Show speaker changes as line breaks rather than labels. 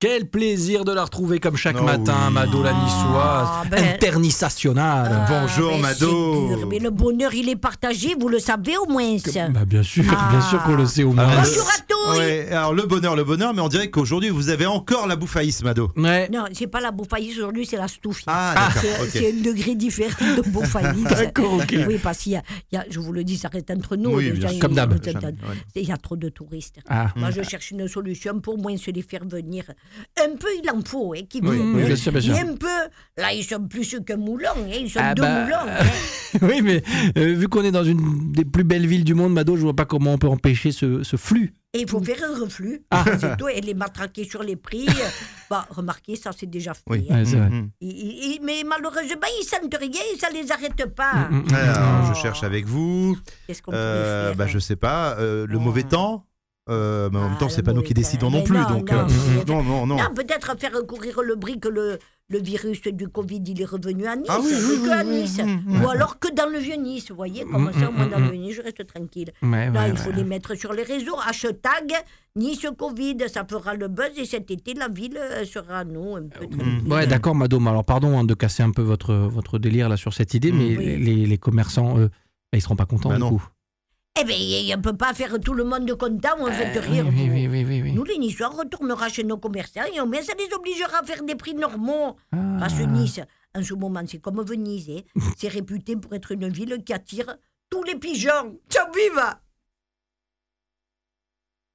Quel plaisir de la retrouver comme chaque
Oh
matin,
oui.
Mado la niçoise,
Ah, ben- Ah,
internationale.
Bonjour,
mais
Mado.
c'est dur, Mais le bonheur, il est partagé, vous le savez au moins. ça.
Bah, bien sûr, bien sûr qu'on le sait au moins.
Ah,
Bonjour à tous.
Ouais, alors le bonheur, le bonheur, mais on dirait qu'aujourd'hui vous avez encore la bouffaïs, Mado.
Ouais.
Non, c'est pas la bouffaïs aujourd'hui, c'est la stouffe.
Ah,
C'est
d'accord,
c'est
ok.
un degré différent de bouffaïs.
D'accord, ok.
Oui, parce qu'il y a, il y a- je vous le dis, ça reste entre nous.
Oui,
les
bien
gens,
sûr.
Comme d'hab.
ils-
Ouais.
Il y a trop de touristes.
Ah.
Moi, je cherche une solution pour moins se les faire venir. Un peu, il en faut, hein, qui
Oui,
veut.
oui,
hein.
bien sûr, bien sûr.
Mais un peu, là, ils sont plus qu'un moulon, hein, ils sont
Ah
deux
bah,
moulons. hein.
Oui, mais euh, vu qu'on est dans une des plus belles villes du monde, Mado, je vois pas comment on peut empêcher ce, ce flux.
Et il faut faire un reflux,
Ah.
c'est tout, et les matraquer sur les prix. bah, remarquez, ça c'est déjà fait.
Oui.
hein.
Ouais, c'est vrai.
Mhm.
Ils- ils- ils- mais malheureusement, bah, ils sentent rien et ça les arrête pas.
Mm, mm, mm.
Alors,
Oh.
je cherche avec vous.
Qu'est-ce qu'on
Euh,
pourrait faire hein
bah, je sais pas. euh, le
Oh.
mauvais temps. euh, mais en même
Ah,
temps,
le
c'est pas nous
mauvais
qui
temps.
décidons non
Mais
plus.
non,
donc,
non,
euh,
c'est-
non, non, non.
Non, Ah, peut-être faire courir le bris que le, le virus du Covid il est revenu à Nice,
Ah oui,
que
oui, oui, oui,
à
mm,
Nice.
oui, oui.
Ou alors que dans le vieux Nice, vous voyez, comme ça, au
mm,
moins dans le vieux Nice, je reste tranquille.
Ouais,
Là,
ouais,
il faut
ouais.
les mettre sur les réseaux. Hashtag Nice Covid, ça fera le buzz et cet été, la ville euh, sera à nous. Un
Mm.
peu tranquille.
Ouais, d'accord, Madame. Alors, pardon hein, de casser un peu votre, votre délire là sur cette idée,
Mm.
mais
Oui.
les, les commerçants, eux, bah, ils seront pas contents
Bah
du
non.
coup.
Eh bien, on ne peut pas faire tout le monde content, on fait
Euh, oui,
rire.
oui,
vous.
oui, oui, oui, oui.
Nous, les Niçois, on retournera chez nos commerçants et au moins, ça les obligera à faire des prix normaux.
Ah.
Parce que Nice, en ce moment, c'est comme Venise. hein. C'est réputé pour être une ville qui attire tous les pigeons. Ciao, viva